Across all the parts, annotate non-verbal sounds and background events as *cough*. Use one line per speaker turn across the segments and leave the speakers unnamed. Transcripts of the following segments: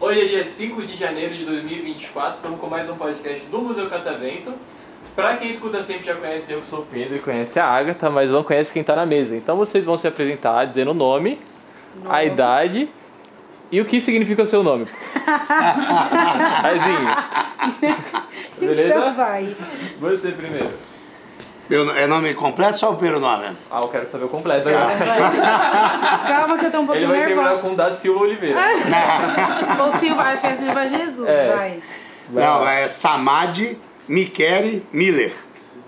Hoje é dia 5 de janeiro de 2024, estamos com mais um podcast do Museu Catavento. Pra quem escuta sempre já conhece eu, que sou o Pedro, e conhece a Agatha, mas não conhece quem tá na mesa. Então vocês vão se apresentar dizendo o nome, a idade e o que significa o seu
*laughs*
nome. Aizinho,
*laughs*
Beleza?
Então vai.
você primeiro.
Meu, no- é nome completo só o primeiro nome?
Ah, eu quero saber o completo agora.
Calma que eu tô um
Ele
pouquinho
vai terminar
nervosa.
com o da Silva Oliveira.
*laughs* Ou Silva, acho que é Silva Jesus,
É.
vai.
Não, é Samadhi Mikeri Miller.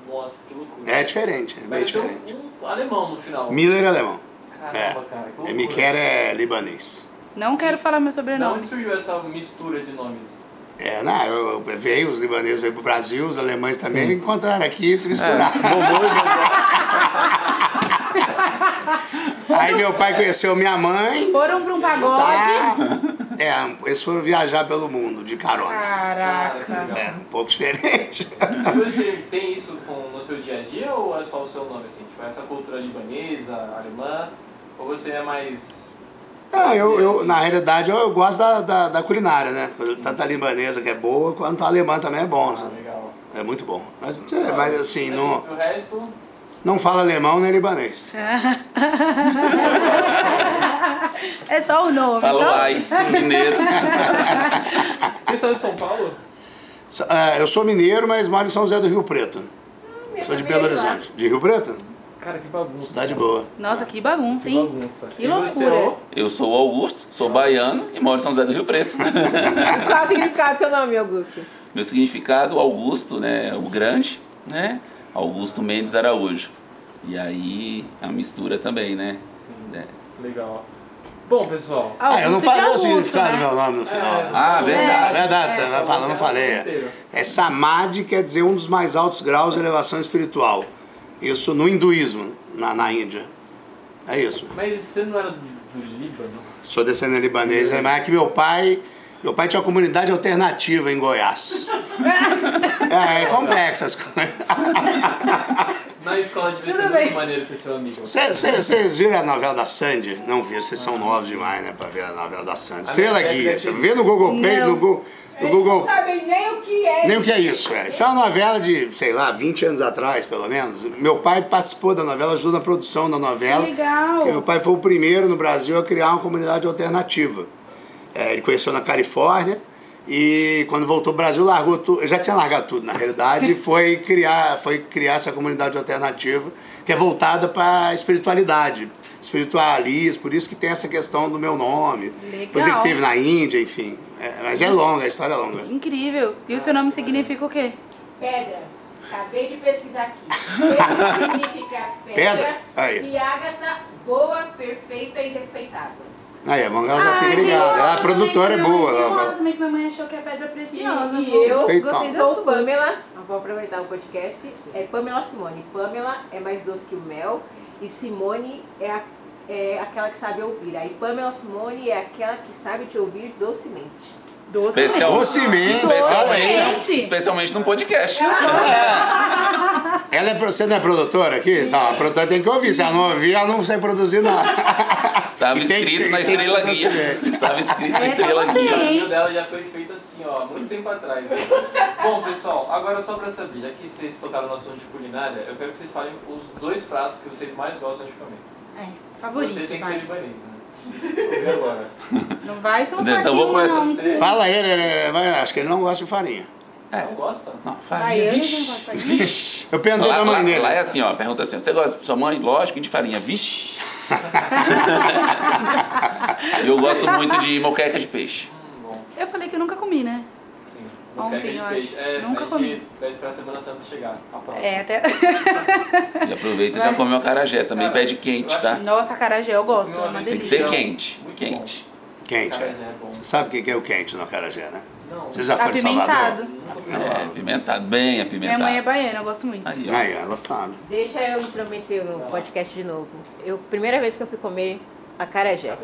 Nossa, que loucura.
É diferente, é bem
Mas tem
diferente.
um alemão no final.
Miller é alemão.
Caramba, cara. que
É
loucura.
Mikeri é libanês.
Não quero falar meu
Da
sobrenome.
onde surgiu essa mistura de nomes?
É, não, eu, eu- veio, os libaneses veio pro Brasil, os alemães também encontraram aqui e se misturaram.
Bobô e Bobó.
Aí meu pai conheceu minha mãe.
Foram pra um pagode.
É, eles foram viajar pelo mundo de
Ah.
carona.
Caraca.
É, um pouco diferente.
E
*laughs*
Você tem isso com, no seu dia a dia ou é só o seu nome, assim? Tipo, essa cultura libanesa, alemã? Ou você é mais...
Não, eu, eu, na realidade, eu, gosto da, da, da culinária, né? Tanto a libanesa que é boa, quanto a alemã também é bom.
Ah,
sabe?
legal.
É muito bom. Mas, é, mas assim, não,
O resto...
não fala alemão nem libanês.
É só o nome.
Falou
então?
ai, sou mineiro.
*laughs* Você saiu de São Paulo?
S- ah, Eu sou mineiro, mas moro em São José do Rio Preto. Sou de Belo
família é de lá.
Horizonte. De Rio Preto?
Cara, que bagunça.
Cidade boa.
Nossa, que bagunça,
Que
hein?
bagunça.
Que
E você,
loucura.
ô?
Eu sou o Augusto, sou baiano e moro em São José do
*laughs*
Rio Preto.
Qual o significado do seu nome, Augusto?
Meu significado, Augusto, né? O grande, né? Augusto Mendes Araújo. E aí a mistura também, né? né?
Legal. Bom, pessoal.
Ah, eu não
Augusto de
falei o
Augusto,
significado do
né?
meu nome no final. né?
Ah,
É
verdade.
verdade, você vai falar, eu não Tá falei. É Samadhi quer dizer um dos mais altos graus de elevação espiritual. Isso no hinduísmo, na, na Índia. É isso.
Mas você não era do, do Líbano?
Sou descendente libanês, mas é que meu pai. Meu pai tinha uma comunidade alternativa em *laughs* Goiás. É, é complexo as coisas.
Na escola devia ser
Tudo
muito
bem.
maneiro ser seu amigo.
Vocês viram a novela da Sandy? Não viram, vocês são novos demais, né, pra ver a novela da Sandy. Estrela
novela
Guia.
da Sandy.
Vê no Google Play,
Não.
no Google. No Google
sabem nem o que é.
nem o que é isso, é. Isso é uma novela de, sei lá, 20 anos atrás, pelo menos. Meu pai participou da novela, ajudou na produção da novela.
Que legal.
Porque Meu pai foi o primeiro no Brasil a criar uma comunidade alternativa. É, ele conheceu na Califórnia e quando voltou ao Brasil largou tudo, já tinha largado tudo na realidade, e foi criar, foi criar essa comunidade alternativa que é voltada para a espiritualidade, espiritualismo, por isso que tem essa questão do meu nome. Depois ele
Legal.
teve na Índia, enfim. É, mas é longa, a história é longa.
Incrível. E o seu nome significa o quê?
Pedra. Acabei de pesquisar
*laughs*
aqui. Pedra significa
Pedra? Aí.
E Ágata, boa, perfeita e respeitável.
Aí, é bom que ela já fica
Ai, que
ligada.
legal.
Ela, a produtora é
Minha mãe-
boa.
Eu
Ela
gosto
fala,
também que minha mãe achou que é pedra preciosa.
E- e eu
Respeitão.
gostei da
Sou
tua.
Pamela, eu vou aproveitar o podcast. É Pamela Simone. Pamela é mais doce que o mel e Simone é, a- é aquela que sabe ouvir. Aí Pamela Simone é aquela que sabe te ouvir docemente.
Especial-
Docemente.
Especialmente,
Docemente.
especialmente num podcast.
É. ela é, pro- você não é produtora aqui? Então, a produtora tem que ouvir. Se ela não ouvir, ela não sai
*laughs*
produzir nada.
Estava
E tem-
escrito
tem-
na
tem que ser
Estrela Guia.
docemente.
Estava escrito
É.
na
Essa eu
Estrela
gostei,
Guia.
O vídeo
hein?
dela já foi feito assim, ó, há muito tempo atrás.
*laughs*
né? Bom, pessoal, agora só pra saber, já que vocês tocaram no assunto de culinária, eu quero que vocês falem os dois pratos que vocês mais gostam de comer.
É,
Você
favorito,
tem que ser
vai.
libanês, né? Descobri agora.
*laughs*
Não vai soltar
Então vou
aqui,
começar
não.
Você
Fala É. ele, ele- ele- vai, acho que ele não gosta de farinha.
não gosta?
Não,
Vai, eu
farinha.
não
Vixe.
gosto de farinha.
Eu perguntei
Lá,
pra mãe
lá-
dele.
lá é assim, ó. Pergunta assim, você gosta de sua mãe? Lógico, e de
*laughs*
farinha. Vixe. eu gosto muito de moqueca de peixe.
Hum, bom,
Eu falei que eu nunca comi, né?
sim.
Ontem,
Moqueca de
eu
peixe.
acho.
É,
Nunca
a
comi.
gente vai esperar a Semana Santa chegar. a próxima.
É,
*laughs*
até.
E aproveita e já come o acarajé. Também
Cara,
pede quente, tá?
Nossa, acarajé, eu gosto, é uma
Tem
Tem que
delícia.
ser quente.
Muito
Quente.
Quente,
Cara,
é.
é bom.
Você sabe o que que é o quente no acarajé, né?
Não,
Vocês já foram em
Apimentado.
Salvador?
nunca comi.
É, apimentado. Bem
Minha
apimentado.
mãe é baiana, eu gosto muito.
Aí, ó.
Aí, ela sabe.
Deixa eu intrometer no podcast de novo. Eu, primeira vez que eu fui comer acarajé,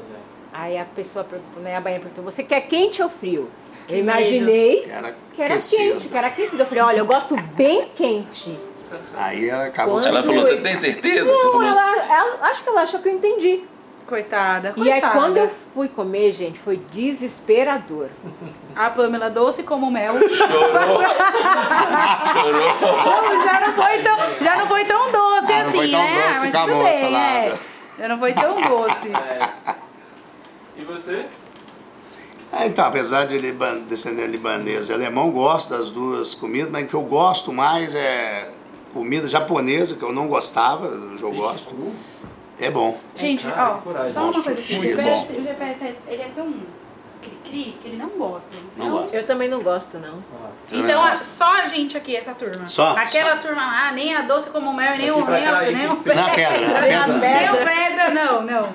aí a pessoa perguntou, né, a baiana perguntou, você quer quente ou frio? Que
Eu imaginei
que era
que era
aquecida.
quente, que era aquecido. Eu falei, olha, eu gosto bem quente.
Aí ela acabou
Quando-
Ela falou, você tem certeza? Você
Não,
falou,
ela, ela- acho que ela achou que eu entendi.
Coitada, coitada.
E aí quando eu fui comer, gente, foi desesperador.
A Pamela doce como
*laughs*
mel.
chorou, chorou.
Não, já não foi tão, já não foi tão doce
Ah,
assim,
não foi tão
né?
doce
mas
com a
tudo
moça
bem,
lá.
é. Já não foi tão doce.
E você?
É, então, apesar de liban... descendente libanês e alemão, gosto das duas comidas, mas o que eu gosto mais é comida japonesa, que eu não gostava, hoje eu gosto. É bom.
Gente,
cara,
ó,
que coragem.
só uma
Nossa,
coisa aqui. O
muito
GPS, o GPS é- ele é tão cri-cri que ele não gosta.
Não
Então,
gosta.
Eu também não gosto, não.
Então, a- só a gente aqui, essa turma.
É. Só?
Aquela turma lá, nem a doce como mel, nem
Daqui
o
pra
nem,
cá,
o-
a
nem
gente
o
fica-
Na pedra, na pedra.
Nem o pedra, não, não.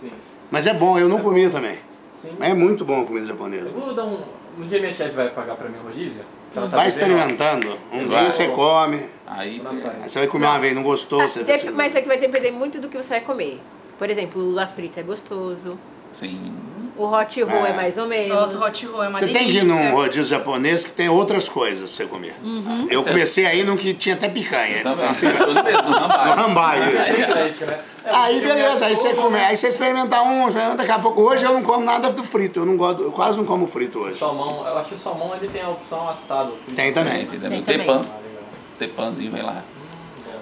Sim.
Mas é bom, eu não comia também.
Sim.
Mas é muito bom a comida japonesa.
Vou dar um. Um dia minha chefe vai pagar pra mim o rodízio. que ela tá
Vai
devendo.
experimentando. Um
Vai.
dia você come,
Aí você...
aí você vai comer uma vez, não gostou, você vê se-
Dep- Mas é que vai depender muito do que você vai comer. Por exemplo, o lula frita é gostoso.
Sim.
O hot roll é, mais ou menos.
Nossa, hot roll é uma
Você tem que
delícia.
ir num rodízio japonês que tem outras coisas pra você comer. Eu
Certo.
comecei aí num que tinha até picanha.
Tá bem.
No
Gostoso mesmo, rambai.
Rambai, isso.
É eclético, né? É,
Aí
porque
beleza, aí
eu-
você come, aí você experimenta um, experimenta daqui a pouco. Hoje eu não como nada do frito, eu não gosto, eu quase não como frito hoje.
Salmão, eu acho que o salmão ele tem a opção assado. frito.
Tem também.
Tem também.
Tem
Tepan.
Ah, legal.
Tepanzinho, vem lá.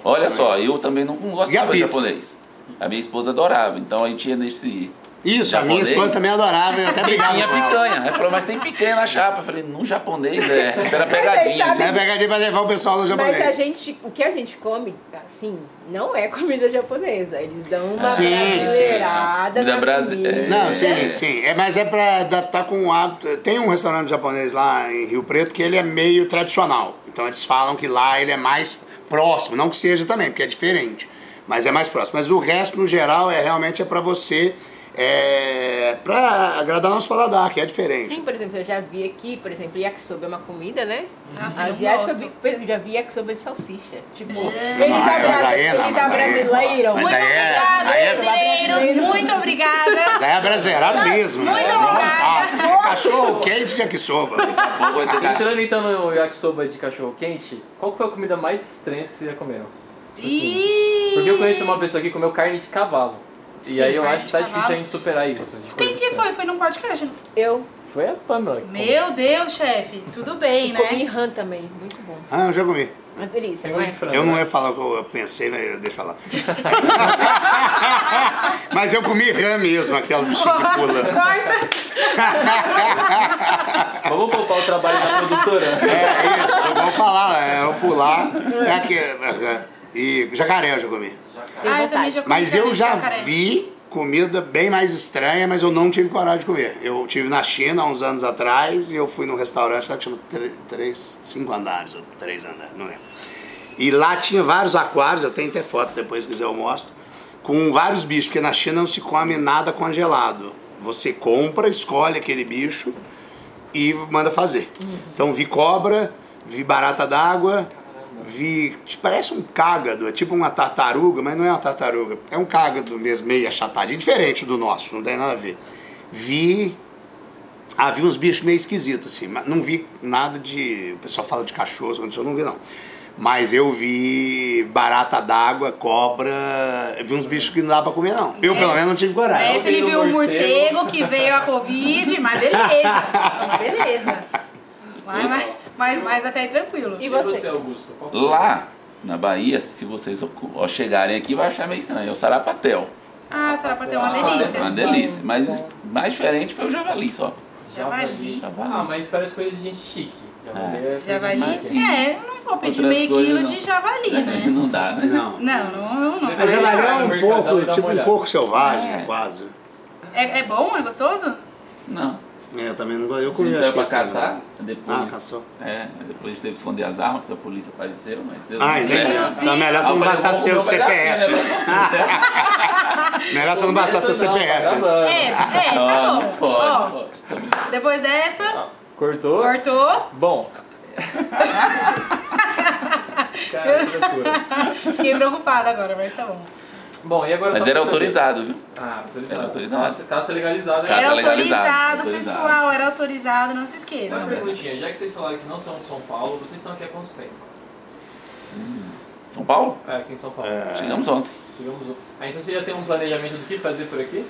Olha só, eu também não
E a
gostava de
pizza?
japonês. A minha esposa adorava, então a gente ia nesse...
Isso, a minha
Japonês?
esposa também adorava, eu até
*laughs* E
brigava
tinha
com ela.
picanha. Ela falou, mas tem picanha na chapa. Eu falei, no japonês é. Isso era
Mas aí
pegadinha.
sabe-
né?
É pegadinha pra levar o pessoal no
Mas a
japonês.
gente, o que a gente come, assim, não é comida japonesa. Eles dão uma
Sim, sim, sim.
brasileirada
Comida
na
brasi-
comida.
é.
Não, sim, sim. É, mas é pra adaptar com o hábito. Tem um restaurante japonês lá em Rio Preto que ele é meio tradicional. Então eles falam que lá ele é mais próximo. Não que seja também, porque é diferente. Mas é mais próximo. Mas o resto, no geral, é realmente é pra você. É, pra agradar nosso paladar, que é diferente.
Sim, por exemplo, eu já vi aqui, por exemplo, yakisoba é uma comida, né?
Nossa, Ah, eu não
Asiática,
gosto.
eu vi- eu já vi yakisoba de salsicha. Tipo,
Não,
eles
mas
abra-
aí não,
eles
mas aí-
abrasileiram.
Mas aí é, aí é,
Brasileiros, muito obrigada.
*laughs* mas aí é brasileirado mesmo. né?
Muito
Não,
obrigada.
ah, Cachorro quente de yakisoba.
Bom, vai ter cachorro.
Entrando então no yakisoba de cachorro quente, qual foi a comida mais estranha que vocês já comeram? Tipo assim,
E...
Porque eu conheço uma pessoa que comeu carne de cavalo. E
Sim,
aí eu
carne
acho
de
que tá
cavalo.
difícil a gente superar isso. de
Quem
coisa
que
estranha.
foi? Foi num podcast.
Eu
Foi a Pamela. que comeu.
Meu Deus, chefe. Tudo bem,
comi
é
né?
rã também, muito bom.
Ah, eu já comi.
Uma delícia,
Tem
não
gosto de
é?
frango,
Eu não
né?
ia falar o que eu pensei, mas eu- deixa eu falar. mas eu comi rã mesmo, aquela bichinha que pula.
*laughs* Corta.
Vamos poupar o trabalho da produtora.
É isso, eu vou falar, é eu pular. É que, é rã. e jacaré eu já comi.
Tenho
Ah, eu
vontade.
também já comi
Mas eu
carne de
já
jacaré.
vi comida bem mais estranha, mas eu não tive coragem de comer. Eu tive na China há uns anos atrás e eu fui num restaurante lá que chama tre- três, cinco andares ou três andares, não lembro. E lá tinha vários aquários, eu tenho até foto depois se quiser eu mostro, com vários bichos, porque na China não se come nada congelado. Você compra, escolhe aquele bicho e manda fazer. Então vi cobra, vi barata d'água, vi. Parece um cágado, é tipo uma tartaruga, mas não é uma tartaruga. É um cágado mesmo, meio achatadinho, diferente do nosso, não tem nada a ver. Vi. Ah, vi uns bichos meio esquisitos, assim, mas não vi nada de. O pessoal fala de cachorro, mas eu não vi, não. Mas eu vi barata d'água, cobra, vi uns bichos que não dá pra comer, não. Eu, pelo menos, não tive coragem.
Esse ele viu um morcego que veio a Covid, mas beleza. Beleza. Mas, mas, mas, mas até aí tranquilo.
E
E
você?
você, Augusto? Qual foi?
Lá na Bahia, se vocês ocu- ó, chegarem aqui, vai achar meio estranho. É o sarapatel.
Ah, será pra ter uma
É
delícia.
uma delícia. Mas es- mais diferente foi o javali, só.
Javali.
Javali.
Ah, mas parece coisa de gente chique. Javali é
Javali?
coisa de
Mas,
gente
sim.
É, eu não vou pedir
Outras
meio
coisas,
quilo
não.
de javali, né?
*laughs* Não dá, né?
Não.
Não, não, não. não.
A janela é um
Mercadão, dá
pouco,
uma
tipo um
olhada.
pouco selvagem,
É.
quase.
É, é bom? É gostoso?
Não.
É, eu também não gosto. Eu
A
comi
gente
acho
saiu
que
pra
esse
caçar,
também.
depois.
Ah, caçou.
É, depois teve que esconder as armas, porque a polícia apareceu, mas deu
Ah,
tudo certo.
entendi. Então melhor você
Ah, eu
não
falei,
passar
vamos
seu
comer um
CPF.
pedacinho, né?
Melhor você não passar seu
Não,
CPF.
acabando.
É, é, tá
Ah, Não, não
bom.
pode,
Ó,
não pode.
depois dessa,
Cortou?
cortou.
*laughs* Bom. Cara, que loucura.
Fiquei preocupada agora, mas tá bom.
Bom, e agora
Mas
só
era
pra saber-
autorizado, viu?
Ah, autorizado. tá
Era autorizado.
Nossa, Caça legalizada.
Caça
Era
Era...
autorizado,
Tá legalizado, autorizado.
pessoal, era autorizado, não se esqueçam.
Uma perguntinha, já que vocês falaram que não são de São Paulo, vocês estão aqui há quanto tempo?
São Paulo?
É, aqui em São Paulo.
Chegamos ontem.
Chegamos... Ah, então você já tem um planejamento do que fazer por aqui?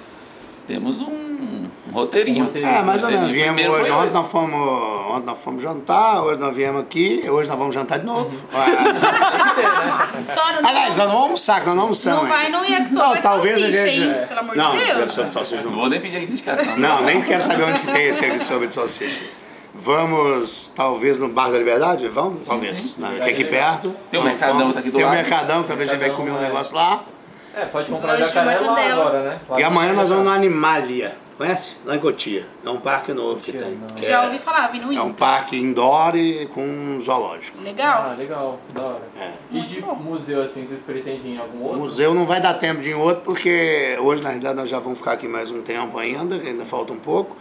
Temos um, um roteirinho.
Um roteirinho.
É, mais ou menos.
Entendi.
Viemos
Primeiro
hoje,
foi
ontem
esse.
nós, fomos, ontem nós fomos jantar, hoje nós viemos aqui, hoje nós vamos jantar de novo. Ah,
Só não,
Aliás, nós não almoçar, que nós não almoçamos.
não vai
ainda.
no Yakisoba
Não,
de
talvez a
salsicha,
gente- é.
hein? Pelo amor
Não,
de Deus.
só de salsicha
Não
não.
vou nem pedir a indicação.
Não, nem quero saber onde que tem esse sobre de salsicha. Vamos, talvez, no Bar da Liberdade? Vamos? Talvez. Não, que é aqui perto.
Tem um
Não,
Mercadão,
vamos.
tá aqui do
Tem um
lado.
mercadão, talvez a gente vai
Mercadão,
comer um
é.
negócio lá.
É, pode comprar o
Lanche
jacaré lá
mortadela.
agora, né? Lá
E
no-
amanhã nós vamos no Animalia. Conhece? Lá em Cotia. É um parque novo que tem.
não.
que
Já
é-
ouvi falar, vi no
É um
Insta.
parque indoor e com um zoológico.
Ah,
Legal.
legal, da hora.
É.
E de museu, assim, vocês pretendem em algum
O
outro?
museu não vai dar tempo de ir em outro, porque hoje, na realidade, nós já vamos ficar aqui mais um tempo ainda, que ainda falta um pouco.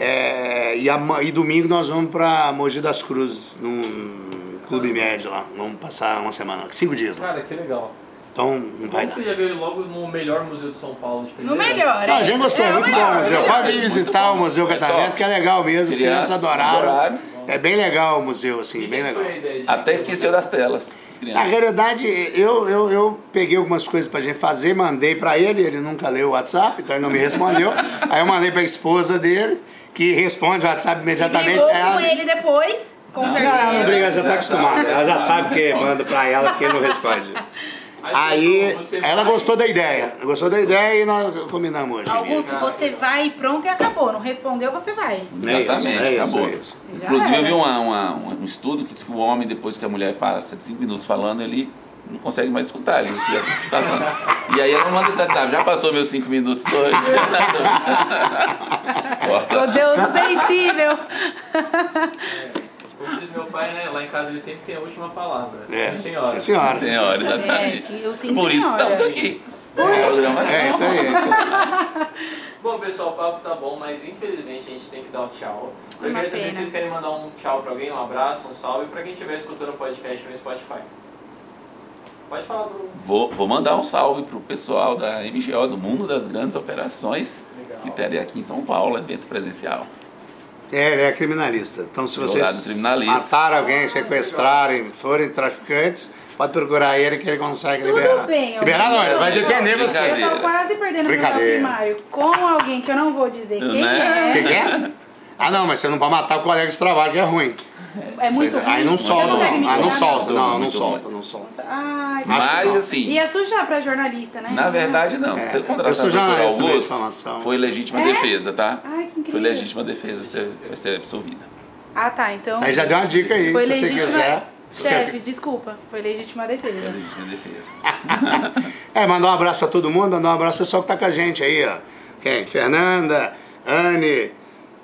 É, e, ama- e domingo nós vamos para Mogi das Cruzes, num clube médio lá. Vamos passar uma semana, cinco dias lá.
Cara, que legal.
Então, não vai
Como
dar.
você já veio logo no melhor museu de São Paulo de
No
primeira?
melhor,
Não,
é.
a gente gostou,
É, o
muito bom
melhor.
o museu. Pode vir
Muito
visitar
bom.
o Museu
É
Catavento,
top.
que é legal mesmo, as crianças
Crianças
adoraram.
adoraram.
É bem legal o museu, assim, bem
Quem
legal.
foi a ideia de-
Até esqueceu das telas, as
Na
crianças.
realidade, eu, eu, eu peguei algumas coisas pra gente fazer, mandei pra ele, ele nunca leu o WhatsApp, então ele não me respondeu. Aí eu mandei pra esposa dele, que responde o WhatsApp imediatamente.
Brigou
Ela-
com ele depois, com
tá Não, ela não
certeza.
briga, já tá acostumada. Ela já sabe que manda pra ela que não responde. Aí
então, você
ela
vai-
gostou da ideia, gostou da ideia e nós combinamos hoje.
Augusto, você vai e pronto e acabou. Não respondeu, você vai.
É isso,
Exatamente,
é isso,
acabou.
é isso.
Já
Inclusive, eu
era.
vi uma- uma- um estudo que diz que o homem, depois que a mulher passa de 5 minutos falando, ele não consegue mais escutar, ele fica passando. E aí ela manda esse WhatsApp, já passou meus 5 minutos hoje. *laughs*
Ah.
Corta.
Meu Deus, é sensível.
é, Como diz meu pai, né? Lá em casa ele sempre tem a última palavra.
É,
Sim,
sim, senhora.
Senhora, exatamente.
Gente, eu sim,
Por isso
senhora.
estamos aqui. É, programação.
É isso aí, é isso aí.
Bom, pessoal, o papo tá bom, mas infelizmente a gente tem que dar o tchau. Eu
Uma
queria saber se
pena.
vocês querem mandar um tchau pra alguém, um abraço, um salve, pra quem estiver escutando o podcast no Spotify. Pode falar, Bruno.
Vou, vou mandar um salve pro pessoal da MGO, do Mundo das Grandes Operações,
Legal.
que terei aqui em São Paulo, evento presencial.
É, ele é criminalista. Então, se
Advogado
vocês
criminalista.
mataram alguém, sequestrarem, forem traficantes, pode procurar ele que ele consegue
Tudo
liberar.
bem, eu-
liberar não, ele vai defender
Não,
você.
Eu tô
Brincadeira.
quase perdendo meu
Brincadeira.
primário com alguém que eu não vou dizer quem
Né?
O que,
é.
que é? Ah, não, mas você não pode matar o colega de trabalho, que é ruim.
É muito ruim.
Aí não
Você
solta,
consegue me né?
não. Aí não
tirar,
solta, não, não
Muito
solta, não solta.
Ai,
Mas,
não.
assim,
Ia sujar pra jornalista, né?
na verdade, não.
É,
Se eu
eu
contratar
sou
o doutor
jornalista da
tá Augusto,
informação.
foi legítima
É?
defesa, tá?
Ai, que incrível.
Foi legítima defesa, você vai ser absolvida.
Ah, tá. Então.
Aí já deu uma dica aí,
Foi
se você
legítima.
quiser.
Chefe,
Você-
desculpa. Foi legítima
Foi
defesa.
legítima defesa.
É, mandar um abraço pra todo mundo, mandar um abraço pro pessoal que tá com a gente aí, ó. Quem? Fernanda, Anne,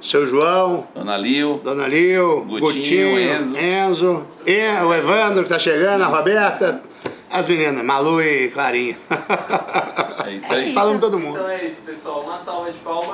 seu João,
Dona Lil,
Dona Lil, Gutinho,
Gutinho,
Enzo,
Enzo.
e o Evandro que tá chegando, a Roberta, as meninas, Malu e Clarinha. *laughs*
é isso
Acho que
aí.
falamos todo mundo.
Então é isso, pessoal. Uma salva de palmas.